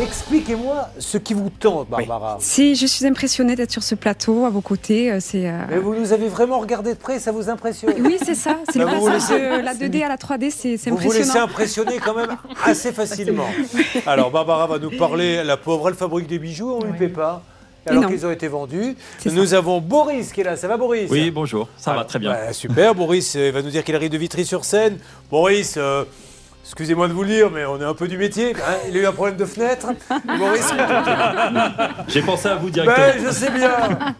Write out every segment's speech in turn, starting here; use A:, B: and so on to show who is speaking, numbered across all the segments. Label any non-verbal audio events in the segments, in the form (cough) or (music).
A: Expliquez-moi ce qui vous tente, Barbara.
B: Si, je suis impressionnée d'être sur ce plateau à vos côtés. euh, C'est. euh,
A: Mais vous nous avez vraiment regardé de près, ça vous impressionne
B: Oui, c'est ça.
A: (laughs)
B: C'est le
A: Bah, vous vous
B: passage
A: laissez-
B: de la 2D à la 3D, c'est c'est
A: Vous vous laissez
B: impressionnant. Bah,
A: impressionner quand même assez facilement. (laughs) Alors Barbara va nous parler, la pauvre, elle fabrique des bijoux, on ne lui paie pas, alors
B: non.
A: qu'ils ont été vendus.
B: C'est ça.
A: Nous avons Boris qui est là, ça va Boris
C: Oui, bonjour, ça va très bien.
A: Bah, super, Boris euh, va nous dire qu'il arrive de Vitry-sur-Seine. Boris, euh, excusez-moi de vous le dire, mais on est un peu du métier. hein. Il a eu un problème de fenêtre.
B: (laughs)
A: Boris,
C: J'ai pensé à vous directement.
A: ben, je sais bien.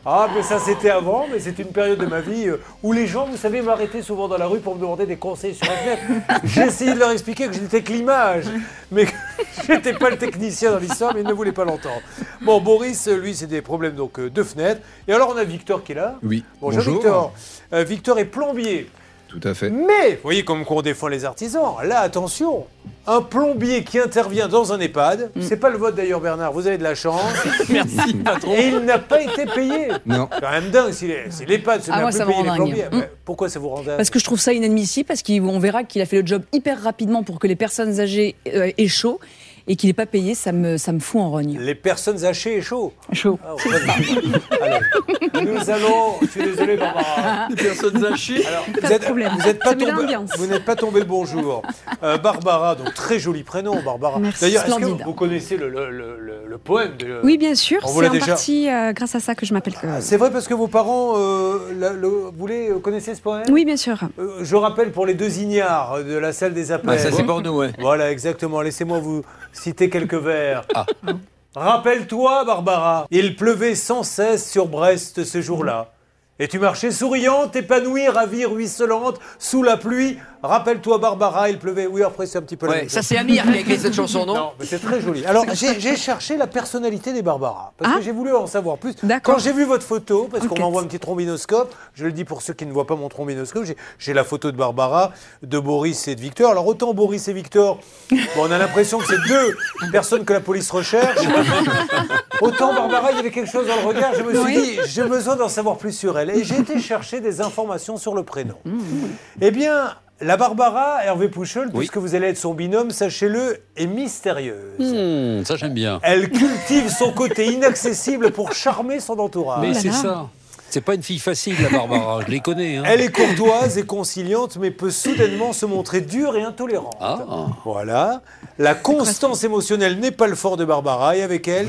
A: Ah, mais ça c'était avant, mais c'est une période de ma vie euh, où les gens, vous savez, m'arrêtaient souvent dans la rue pour me demander des conseils sur la fenêtre. J'ai essayé de leur expliquer que j'étais que l'image, mais que (laughs) j'étais pas le technicien dans l'histoire, mais ils ne voulaient pas l'entendre. Bon, Boris, euh, lui, c'est des problèmes donc euh, de fenêtre. Et alors, on a Victor qui est là.
D: Oui.
A: Bonjour, Victor. Euh, Victor est plombier.
D: Tout à fait.
A: Mais, vous voyez comme on défend les artisans, là attention, un plombier qui intervient dans un EHPAD, c'est pas le vote d'ailleurs Bernard, vous avez de la chance,
C: Merci, patron.
A: et il n'a pas été payé.
D: Non.
A: C'est quand même dingue, si les- si l'EHPAD se
E: Ah,
A: met à
E: moi,
A: plus
E: ça me
A: payer les
E: rend dingue.
A: plombiers, mais pourquoi ça vous rend dingue
E: Parce que je trouve ça inadmissible, parce qu'on verra qu'il a fait le job hyper rapidement pour que les personnes âgées euh, aient chaud et qu'il n'est pas payé, ça me, ça me fout en rogne.
A: Les personnes hachées et chaud.
E: Chaud.
A: Ah, vous avez- Allez. Nous allons, je suis désolé Barbara.
C: (laughs) Personne Zachi.
A: Alors,
B: Pas
A: vous
B: de
A: êtes-
B: problème.
A: vous n'êtes pas,
B: Ça met
A: tombé-
B: l'ambiance.
A: vous n'êtes pas tombé le bonjour. Euh, Barbara, donc très joli prénom, Barbara.
B: Merci.
A: D'ailleurs, est-ce que
E: Splendide.
A: vous connaissez le, le- le- le- le poème de,
B: Oui, bien sûr.
A: On vous
B: C'est
A: l'a
B: en
A: déjà-
B: partie euh, grâce à ça que je m'appelle. que-
A: Ah, C'est vrai parce que vos parents euh, la- le- voulaient euh, connaissaient ce poème.
B: Oui, bien sûr.
A: Euh, je rappelle pour les deux ignares euh, de la salle des appels.
D: Ah, ça c'est Bordeaux, ouais.
A: Voilà, exactement. Laissez-moi vous citer quelques vers. Rappelle-toi, Barbara, il pleuvait sans cesse sur Brest ce jour-là. Et tu marchais souriante, épanouie, ravie, ruisselante, sous la pluie. Rappelle-toi, Barbara, il pleuvait. Oui, après, c'est un petit peu la
F: Ouais,
A: même
F: ça
A: chose.
F: c'est Amir qui a écrit cette chanson, non,
A: Non, mais c'est très joli. Alors, j'ai j'ai cherché la personnalité des Barbara, parce que
B: Ah.
A: j'ai voulu en savoir plus.
B: D'accord.
A: Quand j'ai vu votre photo, parce qu'on
B: Enquête.
A: m'envoie un petit trombinoscope, je le dis pour ceux qui ne voient pas mon trombinoscope, j'ai- j'ai la photo de Barbara, de Boris et de Victor. Alors, autant Boris et Victor, bon, on a l'impression que c'est deux personnes que la police recherche. Autant Barbara, il y avait quelque chose dans le regard. Je me suis dit, j'ai besoin d'en savoir plus sur elle. Et j'ai été chercher des informations sur le prénom. Eh bien, la Barbara, Hervé Pouchol, puisque vous allez être son binôme, sachez-le, est mystérieuse.
G: Hmm, ça j'aime bien.
A: Elle cultive son côté inaccessible pour charmer son entourage.
G: Mais
B: Oh là
G: c'est
B: là.
G: ça. C'est pas une fille facile, la Barbara. Je les connais. hein.
A: Elle est courtoise et conciliante, mais peut soudainement se montrer dure et intolérante.
G: Ah.
A: Voilà. La constance émotionnelle n'est pas le fort de Barbara, et avec elle,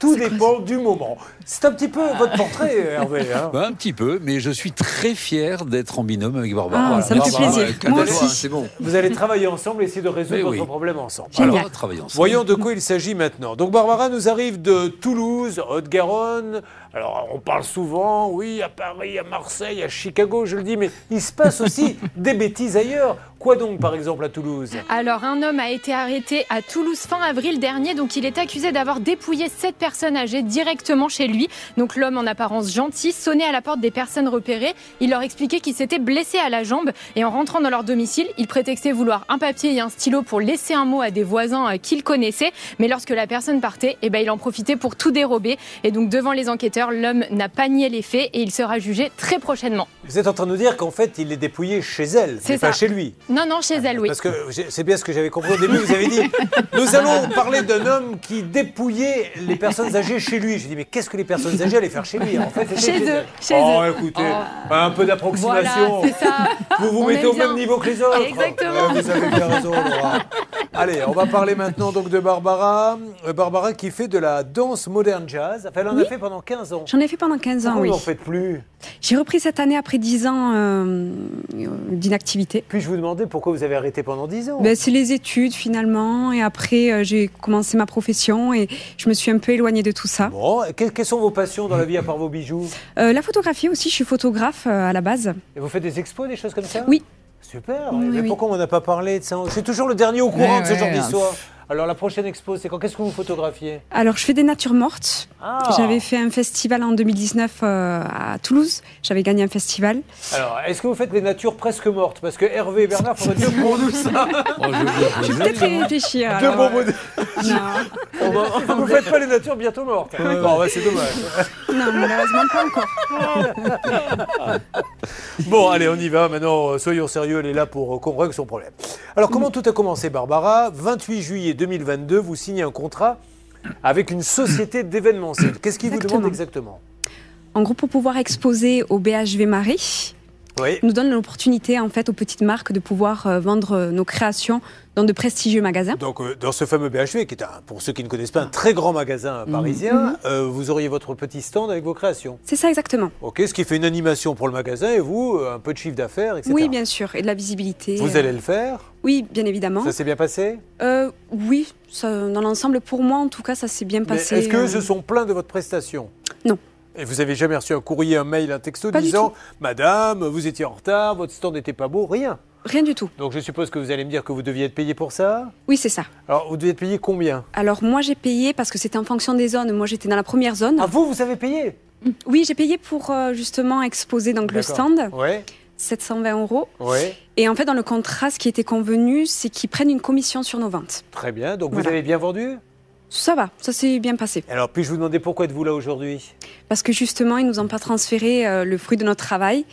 A: tout dépend du moment. C'est un petit peu votre portrait, Hervé.
G: (laughs)
A: hein.
G: Bah, un petit peu, mais je suis très fier d'être en binôme avec Barbara.
B: Ah, ça me fait
G: Barbara,
B: plaisir.
G: euh,
B: Moi
G: calme-toi,
B: aussi.
G: hein, C'est bon.
A: Vous allez travailler ensemble et essayer de résoudre
G: Mais
A: votre
G: oui.
A: problème ensemble.
B: Génial.
G: Alors, travaillons ensemble.
A: Voyons de quoi il s'agit maintenant. Donc Barbara nous arrive de Toulouse, Haute-Garonne. Alors on parle souvent, oui, à Paris, à Marseille, à Chicago, je le dis, mais il se passe aussi des bêtises ailleurs. Quoi donc par exemple à Toulouse
H: Alors, un homme a été arrêté à Toulouse fin avril dernier. Donc, il est accusé d'avoir dépouillé sept personnes âgées directement chez lui. Donc, l'homme en apparence gentil sonnait à la porte des personnes repérées. Il leur expliquait qu'il s'était blessé à la jambe. Et en rentrant dans leur domicile, il prétextait vouloir un papier et un stylo pour laisser un mot à des voisins euh, qu'il connaissait. Mais lorsque la personne partait, eh ben, il en profitait pour tout dérober. Et donc, devant les enquêteurs, l'homme n'a pas nié les faits et il sera jugé très prochainement.
A: Vous êtes en train de nous dire qu'en fait il est dépouillé chez elle,
H: C'est
A: mais pas
H: ça.
A: chez lui.
H: Non, non, chez elle, oui.
A: Ah, Parce que j'ai- c'est bien ce que j'avais compris au début, vous avez
H: (laughs)
A: dit, nous allons parler d'un homme qui dépouillait les personnes âgées chez lui. J'ai dit, mais qu'est-ce que les personnes âgées allaient faire chez lui En fait, c'était
H: Chez eux,
A: elle.
H: chez
A: oh, écoutez,
H: Oh.
A: un peu
H: Voilà,
A: d'approximation. (laughs)
H: c'est ça.
A: Vous vous
H: On
A: mettez
H: est
A: au
H: bien.
A: même niveau que les autres.
H: Exactement.
A: Ouais, vous avez bien raison, Laura. Allez, on va parler maintenant donc de Barbara. Euh, Barbara qui fait de la danse moderne jazz. Enfin, elle en a fait pendant 15 ans.
B: J'en ai fait pendant 15 ans,
A: Pourquoi
B: oui.
A: vous n'en faites plus
B: J'ai repris cette année après 10 ans euh, d'inactivité.
A: Puis-je vous demander pourquoi vous avez arrêté pendant 10 ans
B: Ben, c'est les études finalement, et après euh, j'ai commencé ma profession et je me suis un peu éloignée de tout ça.
A: Bon, que- quelles sont vos passions dans la vie à part vos bijoux
B: Euh, la photographie aussi, je suis photographe euh, à la base.
A: Et vous faites des expos, des choses comme ça
B: Oui.
A: Super.
B: Oui,
A: mais
B: oui.
A: pourquoi on n'a pas parlé de ça Je suis toujours le dernier au courant
E: Ouais,
A: de ce
E: ouais,
A: genre
E: ouais.
A: d'histoire. Alors la prochaine expo, c'est quand Qu'est-ce que vous photographiez
B: Alors je fais des natures mortes.
A: Ah.
B: J'avais fait un festival en 2019 euh, à Toulouse. J'avais gagné un festival.
A: Alors, est-ce que vous faites des natures presque mortes Parce que Hervé et Bernard, faudrait deux bons,
G: Oh, je veux dire,
B: Je vais peut-être y réfléchir.
A: deux
B: alors. euh,
A: bons modèles.
B: Non,
A: (laughs) Vous faites pas les natures bientôt mortes. Bon, bah, c'est dommage.
B: non, malheureusement pas encore.
A: Bon, allez, on y va. Maintenant, euh, soyons sérieux. Elle est là pour euh, qu'on règle son problème. Alors, comment tout a commencé, Barbara 28 juillet 2022, vous signez un contrat avec une société d'événementiel. Qu'est-ce qu'il vous demande exactement
B: Exactement. En gros, pour pouvoir exposer au BHV Marie,
A: Oui.
B: nous donne l'opportunité en fait aux petites marques de pouvoir euh, vendre euh, nos créations dans de prestigieux magasins.
A: Donc, euh, dans ce fameux BHV, qui est, un- pour ceux qui ne connaissent pas, un très grand magasin parisien,
B: Mhm.
A: euh, vous auriez votre petit stand avec vos créations.
B: C'est ça exactement.
A: Ok, ce qui fait une animation pour le magasin et vous, euh, un peu de chiffre d'affaires, etc.
B: Oui, bien sûr, Hein et de la visibilité.
A: Vous
B: euh,
A: allez le faire
B: Oui, bien évidemment.
A: Ça s'est bien passé
B: Euh, oui, ça, dans l'ensemble, pour moi en tout cas, ça s'est bien
A: Mais
B: passé.
A: Est-ce que
B: euh,
A: se sont pleins de votre prestation
B: Non.
A: Et vous avez jamais reçu un courrier, un mail, un texto
B: Pas du
A: disant Madame, vous étiez en retard, votre stand n'était pas beau, rien.
B: Rien du tout.
A: Donc je suppose que vous allez me dire que vous deviez être payé pour ça.
B: Oui, c'est ça.
A: Alors vous deviez être payé combien
B: Alors moi, j'ai payé parce que c'était en fonction des zones. Moi, j'étais dans la première zone.
A: Ah vous, vous avez payé
B: Oui, j'ai payé pour euh, justement exposer donc le
A: D'accord.
B: stand,
A: Ouais,
B: 720 euros.
A: ouais.
B: Et en fait, dans le contrat, ce qui était convenu, c'est qu'ils prennent une commission sur nos ventes.
A: Très bien. Donc vous
B: Voilà.
A: avez bien vendu
B: Ça va, ça s'est bien passé.
A: Alors puis-je vous demander pourquoi êtes-vous là aujourd'hui
B: Parce que justement, ils nous ont pas transféré euh, le fruit de notre travail.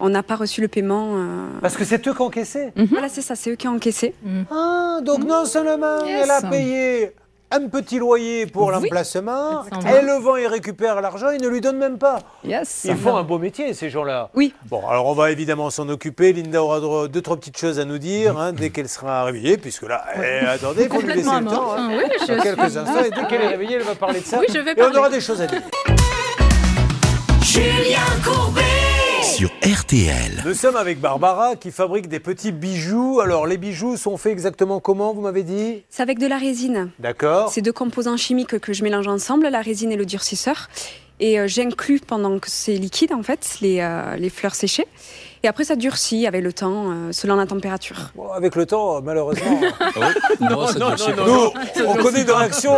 B: On n'a pas reçu le paiement. euh,
A: Parce que c'est eux qui encaissaient.
E: Mhm.
B: Voilà, c'est ça, c'est eux qui ont encaissé.
A: Ah, donc non seulement
E: Yes.
A: elle a payé un petit loyer pour
E: Oui.
A: l'emplacement,
H: Exactement.
A: elle le vend et récupère l'argent, ils ne lui donnent même pas.
E: Yes.
A: Ils font un beau métier, ces gens-là.
B: Oui.
A: Bon, alors on va évidemment s'en occuper. Linda aura dro- deux, trois petites choses à nous dire hein, dès qu'elle sera réveillée, puisque là, eh, attendez, il faut lui laisser
H: Complètement à
A: le
H: mort.
A: temps. hein,
H: Hein, oui, je
A: dans quelques
H: suis-
A: instants, et dès qu'elle est réveillée, elle va parler de ça.
H: Oui, je vais
A: et on
H: parler.
A: aura des choses à dire.
D: sur RTL.
A: Nous sommes avec Barbara qui fabrique des petits bijoux. Alors, les bijoux sont faits exactement comment, vous m'avez dit
B: C'est avec de la résine.
A: D'accord.
B: C'est deux composants chimiques que je mélange ensemble, la résine et le durcisseur. Et euh, j'inclus pendant que c'est liquide, en fait, les, euh, les fleurs séchées. Et après, ça durcit avec le temps, euh, selon la température.
A: Bon, avec le temps, malheureusement.
G: Ah
B: (laughs)
G: Non, ça ne
C: non,
G: pas.
A: Nous, on connaît une réaction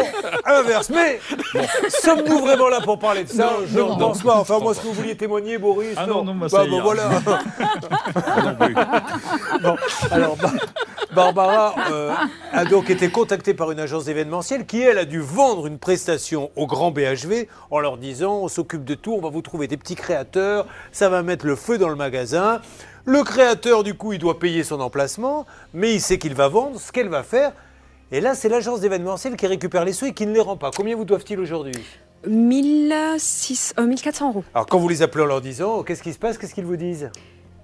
A: inverse. Mais bon, sommes-nous vraiment là pour parler de ça Je ne pense pas. Enfin, moi, ce que vous vouliez témoigner, Boris.
C: Ah non, non, moi,
A: Bah,
C: ça
A: bon,
C: ira. (laughs)
A: voilà.
C: Ah bah,
A: Bon, alors, Bar- Barbara euh, a donc été contactée par une agence événementielle qui, elle, a dû vendre une prestation au grand BHV en leur disant on s'occupe de tout, on va vous trouver des petits créateurs, ça va mettre le feu dans le magasin. Le créateur, du coup, il doit payer son emplacement, mais il sait qu'il va vendre, ce qu'elle va faire. Et là, c'est l'agence d'événementiel qui récupère les sous et qui ne les rend pas. Combien vous doivent-ils aujourd'hui
B: 1006, euh, 1400 euros.
A: Alors, quand vous les appelez en leur disant oh, qu'est-ce qui se passe, qu'est-ce qu'ils vous disent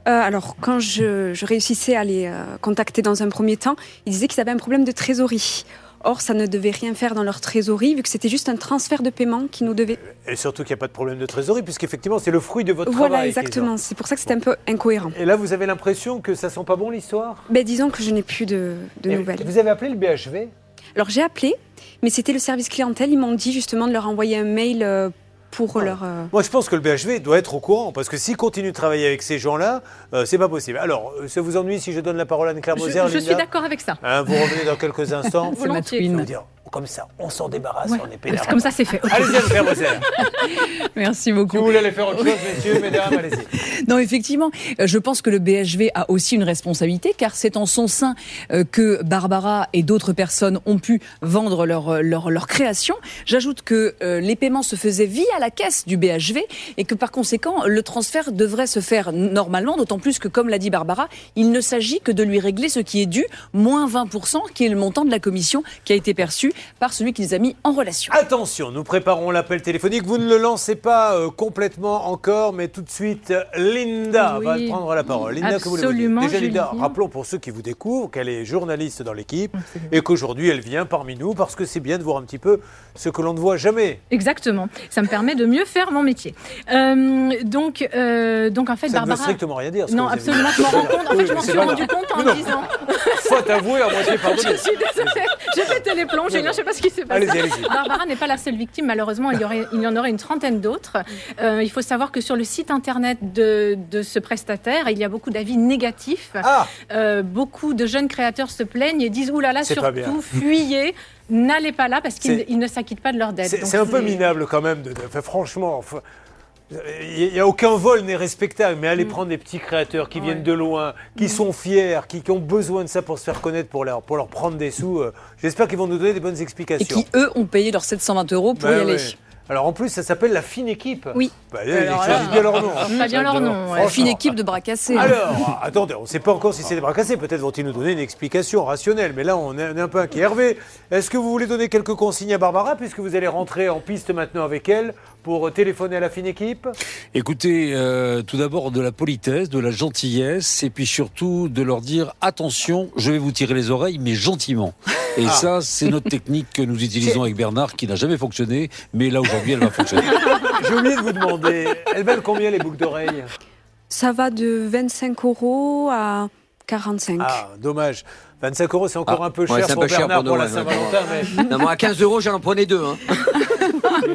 B: Euh, alors, quand je, je réussissais à les euh, contacter dans un premier temps, ils disaient qu'ils avaient un problème de trésorerie. Or, ça ne devait rien faire dans leur trésorerie, vu que c'était juste un transfert de paiement qu'ils nous devaient.
A: Et surtout qu'il n'y a pas de problème de trésorerie, puisqu'effectivement, c'est le fruit de votre
B: Voilà,
A: travail. qu'ils ont.
B: exactement. C'est pour ça que c'était un peu incohérent.
A: Et là, vous avez l'impression que ça sent pas bon l'histoire
B: Ben, disons que je n'ai plus de, de
A: Et
B: nouvelles.
A: Vous avez appelé le BHV
B: Alors, j'ai appelé, mais c'était le service clientèle. Ils m'ont dit justement de leur envoyer un mail euh, pour leur. euh,
A: Moi, je pense que le BHV doit être au courant, parce que s'il continue de travailler avec ces gens-là, euh, c'est pas possible. Alors, euh, ça vous ennuie si je donne la parole à Anne-Claire
H: Je-
A: Moser
H: je suis
A: Linda
H: d'accord avec ça.
A: Hein, Vous revenez dans quelques instants.
E: C'est ma
H: (laughs) Volontiers.
A: Je veux
E: twin.
A: dire, comme ça, on s'en débarrasse,
H: Ouais.
A: on est
H: Parce
A: pénard.
H: que Comme ça, c'est fait.
A: Allez-y, Anne-Claire Moser.
H: (laughs)
E: Merci
A: Si vous
E: beaucoup.
A: voulez aller faire autre chose, messieurs, mesdames, allez-y.
E: Non, effectivement, euh, je pense que le BHV a aussi une responsabilité, car c'est en son sein euh, que Barbara et d'autres personnes ont pu vendre leur, euh, leur, leur création. J'ajoute que euh, les paiements se faisaient via la caisse du BHV et que par conséquent, le transfert devrait se faire normalement, d'autant plus que, comme l'a dit Barbara, il ne s'agit que de lui régler ce qui est dû, moins 20%, qui est le montant de la commission qui a été perçue par celui qui les a mis en relation.
A: Attention, nous préparons l'appel téléphonique. Vous ne le lancez pas euh, complètement encore, mais tout de suite, euh, Linda
H: Oui.
A: va prendre la parole. Linda, que voulez-vous dire
H: Absolument,
A: Déjà, Linda,
H: Julien.
A: rappelons pour ceux qui vous découvrent qu'elle est journaliste dans l'équipe et qu'aujourd'hui, elle vient parmi nous parce que c'est bien de voir un petit peu ce que l'on ne voit jamais.
H: Exactement. Ça me permet de mieux faire mon métier. Euh, donc, euh, donc en fait,
A: Ça ne veut
H: Barbara.
A: strictement rien dire. ce que
H: Non,
A: vous avez
H: absolument.
A: dit.
H: Je m'en rends compte. En
A: Oui,
H: fait, je m'en
A: c'est
H: suis
A: pas
H: rendu
A: grave.
H: compte en
A: Mais non.
H: me disant.
A: Faut avouer à moitié pardonner.
H: (laughs) Je suis désolée. J'ai pété les plombs. Julien, je sais pas ce qui s'est passé.
A: Allez-y,
H: (laughs)
A: allez-y.
H: Barbara n'est pas la seule victime, malheureusement, il y, aurait- il y en aurait une trentaine d'autres. Euh, il faut savoir que sur le site internet de, de ce prestataire, il y a beaucoup d'avis négatifs.
A: Ah,
H: Euh, beaucoup de jeunes créateurs se plaignent et disent Ouh là là,
A: C'est pas bien.
H: surtout, fuyez, n'allez pas là parce qu'ils
A: C'est-
H: ne- ils ne s'acquittent pas de leur dette.
A: c'est
H: Donc
A: c'est un peu minable quand même. De, de- enfin, franchement, faut- il n'y a aucun vol n'est respectable, mais
E: Mm.
A: aller prendre des petits créateurs qui viennent de loin, qui sont fiers, qui, qui ont besoin de ça pour se faire connaître, pour leur, pour leur prendre des sous, euh, j'espère qu'ils vont nous donner des bonnes
E: Et
A: explications.
E: qui, eux, ont payé leurs 720 euros pour
A: Ben
E: y aller.
A: ouais. Alors en plus, ça s'appelle la fine équipe.
E: Oui.
A: Bah, ils
E: Alors
A: choisissent
E: là- Mm.
A: bien leur nom. hein.
H: Pas bien leur nom. ouais.
A: Franchement. ah,
E: Fine équipe de bras cassés. hein.
A: Alors, attendez, on ne sait pas encore si c'est des bras cassés. Peut-être vont-ils nous donner une explication rationnelle. Mais là, on est on est un peu inquiet. Hervé, est-ce que vous voulez donner quelques consignes à Barbara, puisque vous allez rentrer en piste maintenant avec elle pour euh, téléphoner à la fine
F: (laughs)
A: équipe
G: Écoutez, euh, tout d'abord de la politesse, de la gentillesse, et puis surtout de leur dire attention, je vais vous tirer les oreilles, mais gentiment. Et
B: Ah.
G: ça, c'est notre technique que nous utilisons avec Bernard, qui n'a jamais fonctionné, mais là aujourd'hui, elle va fonctionner.
A: J'ai oublié de vous demander, elles valent combien les boucles d'oreilles
B: Ça va de 25 euros à 45.
A: Ah, dommage. 25 euros, c'est encore
F: Ah,
A: un peu
F: ouais,
A: cher
F: c'est un
A: pour
F: peu cher
A: Bernard pour,
F: pour
A: la
F: Noël, ouais,
A: Saint-Valentin. Mais
F: Non, moi, à 15 euros, j'en prenais deux. hein.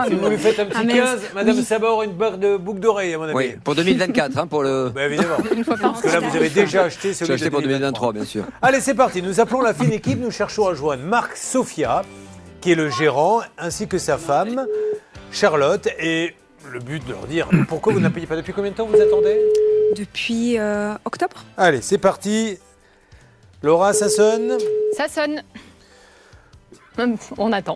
A: si vous lui faites un petit
B: Ah, mince.
A: 15, Madame
B: Oui.
A: Sabat aura une barre de boucles d'oreilles, à mon avis.
F: Oui, pour 2024, hein, pour le. (laughs)
A: Bah, évidemment. Parce que là, vous avez déjà acheté celui
F: J'ai acheté
A: de
F: pour 2023, bien sûr.
A: Allez, c'est parti. Nous appelons la fine équipe. Nous cherchons à joindre Marc Sofia, qui est le gérant, ainsi que sa femme, Charlotte. Et le but de leur dire pourquoi vous n'appuyez pas. Depuis combien de temps vous attendez
B: Depuis euh, octobre
A: Allez, c'est parti. Laura, ça sonne
H: Ça sonne. Hum, On attend.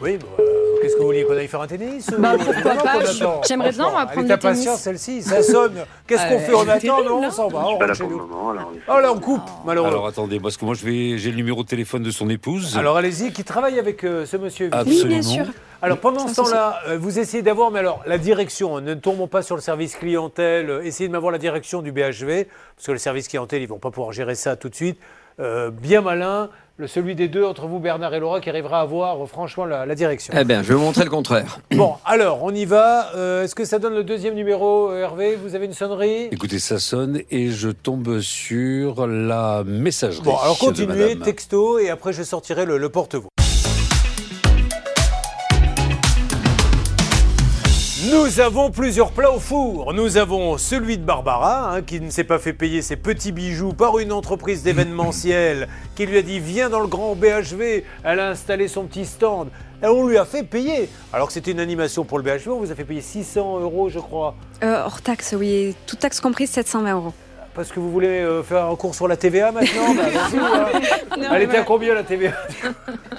A: Oui, bon, euh, qu'est-ce que vous vouliez qu'on aille faire un tennis ou-
H: Bah, pourquoi
A: Évidemment
H: pas,
A: qu'on
H: je-
A: attend.
H: j'aimerais bien,
A: Franchement,
H: on va
A: elle
H: prendre
A: est ta
H: le tennis.
A: patience, celle-ci, ça sonne. Qu'est-ce qu'on
E: Euh,
A: fait On
E: elle est
A: attend
E: terrible,
A: Non, on
E: là.
A: s'en va, on
I: Pas là
A: rentre chez
I: pour le
A: nous.
I: moment, alors. il faut-
A: Oh là, on coupe,
G: Alors
A: malheureusement.
G: attendez, parce que moi, je vais, j'ai le numéro de téléphone de son épouse.
A: Alors allez-y, qui travaille avec euh, ce monsieur
I: Ah,
A: évidemment.
B: Oui,
G: Absolument.
B: bien sûr.
A: Alors pendant ce
B: Ça, ça,
A: temps-là, euh, vous essayez d'avoir, mais alors la direction, hein, ne tombons pas sur le service clientèle, euh, essayez de m'avoir la direction du BHV, parce que le service clientèle, ils vont pas pouvoir gérer ça tout de suite. Euh, bien malin, le, celui des deux, entre vous Bernard et Laura, qui arrivera à voir euh, franchement la, la direction.
F: Eh bien, je vais vous montrer le contraire.
A: Bon, alors on y va. Euh, Est-ce que ça donne le deuxième numéro, euh, Hervé Vous avez une sonnerie
G: Écoutez, ça sonne et je tombe sur la messagerie.
A: Bon, alors
G: de
A: continuez,
G: madame.
A: texto, et après je sortirai le, le porte-voix. Nous avons plusieurs plats au four. Nous avons celui de Barbara, hein, qui ne s'est pas fait payer ses petits bijoux par une entreprise d'événementiel, (laughs) qui lui a dit viens dans le grand BHV. Elle a installé son petit stand. Et on lui a fait payer. Alors que c'était une animation pour le BHV, on vous a fait payer 600 euros, je crois.
B: Euh, hors taxe, oui. et Toute taxe comprise, 720 euros.
A: Parce que vous voulez euh, faire un cours sur la TVA maintenant Bah, vas-y, hein. Elle était à combien la TVA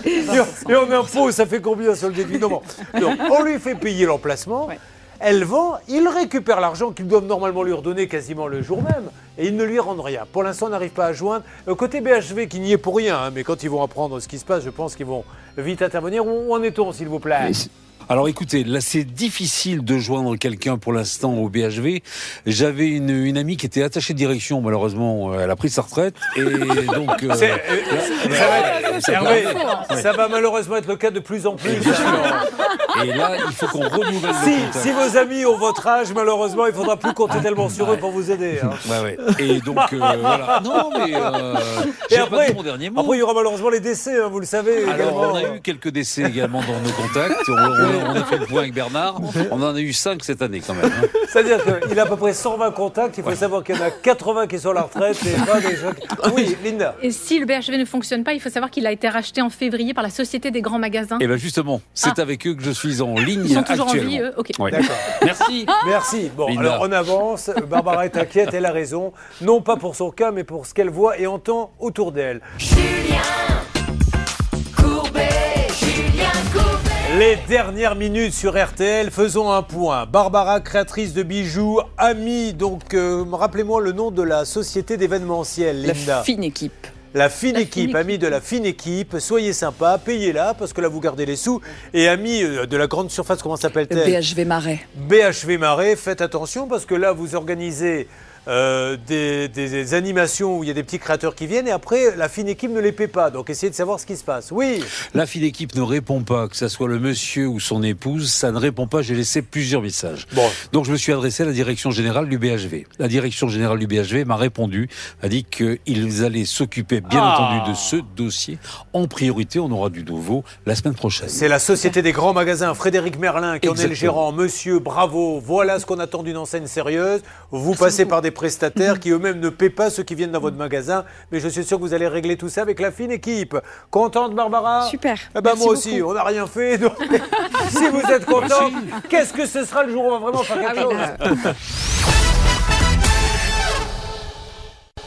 A: et, et en impôt, ça fait combien sur le déduit Non, bon. Donc, on lui fait payer l'emplacement.
E: Ouais.
A: Elle vend, il récupère l'argent qu'ils doivent normalement lui redonner quasiment le jour même, et ils ne lui rendent rien. Pour l'instant, on n'arrive pas à joindre. Euh, Côté BHV, qui n'y est pour rien, hein, mais quand ils vont apprendre ce qui se passe, je pense qu'ils vont vite intervenir. Où où en est-on, s'il vous plaît
G: Alors écoutez, là c'est difficile de joindre quelqu'un pour l'instant au BHV. J'avais une, une amie qui était attachée de direction, malheureusement, euh, elle a pris sa retraite
A: (laughs)
G: et donc. euh,
A: C'est- euh, ça, va, Hervé, Ah ça va malheureusement être le cas de plus en plus.
G: et là, il faut qu'on renouvelle
A: Si,
G: le contact.
A: si vos amis ont votre âge, malheureusement, il faudra plus compter tellement sur eux pour vous aider. hein.
G: Ouais, ouais. Et donc euh, voilà.
A: (laughs)
G: Non mais euh,
A: Et
G: j'ai pas
A: après-
G: dit mon dernier mot.
A: Après, il y aura malheureusement les décès, hein, vous le savez.
G: Alors,
A: également.
G: on a eu quelques décès également dans nos contacts. On, on- on a fait le point avec Bernard. On en a eu cinq cette année quand même. hein.
A: C'est-à-dire qu'il a à peu près 120 contacts. Il faut savoir qu'il y en a 80 qui sont à la retraite et pas des gens
G: (laughs)
A: qui- Oui, Linda.
J: Et si le BHV ne fonctionne pas, il faut savoir qu'il a été racheté en février par la Société des grands magasins.
G: Et bien justement, c'est avec eux que je suis en ligne
J: Ah. Ils sont toujours en
G: actuellement.
J: vie, eux Ok.
G: Ouais.
A: D'accord.
G: Merci.
A: Merci. Bon,
G: Linda.
A: alors on avance. Barbara est inquiète, elle a raison. Non pas pour son cas, mais pour ce qu'elle voit et entend autour d'elle. Les dernières minutes sur RTL, faisons un point. Barbara, créatrice de bijoux, amie, donc euh, rappelez-moi le nom de la société d'événementiel,
E: La
A: Linda.
E: fine équipe.
A: La fine
J: La fine
A: équipe,
J: équipe.
A: amis de la fine équipe, soyez sympa, payez-la parce que là vous gardez les sous. Et amis euh, de la grande surface, comment
E: Le
A: s'appelle-t-elle
E: BHV Marais.
A: BHV Marais, faites attention parce que là vous organisez euh, des, des- des animations où il y a des petits créateurs qui viennent et après la fine équipe ne les paie pas. Donc essayez de savoir ce qui se passe. Oui,
G: La fille d'équipe ne répond pas, que ce soit le monsieur ou son épouse, ça ne répond pas. J'ai laissé plusieurs messages.
A: bon,
G: Donc je me suis adressé à la direction générale du BHV. La direction générale du BHV m'a répondu, a dit qu'ils allaient s'occuper, bien
A: Ah.
G: entendu, de ce dossier. En priorité, on aura du nouveau la semaine prochaine.
A: c'est la société des grands magasins, Frédéric Merlin qui en est le
G: Exactement.
A: gérant. Monsieur, bravo, voilà ce qu'on attend d'une enseigne sérieuse. Vous passez par des prestataires qui eux-mêmes ne paient pas ceux qui viennent dans votre magasin, mais je suis sûr que vous allez régler tout ça avec la fine équipe. Contente Barbara
B: Super.
A: Eh ben,
B: Merci
A: moi aussi,
B: beaucoup.
A: on n'a rien fait. (laughs) donc- si vous êtes content, qu'est-ce que ce sera le jour où on va vraiment faire
B: Ah
A: quelque
B: oui,
A: chose
B: là,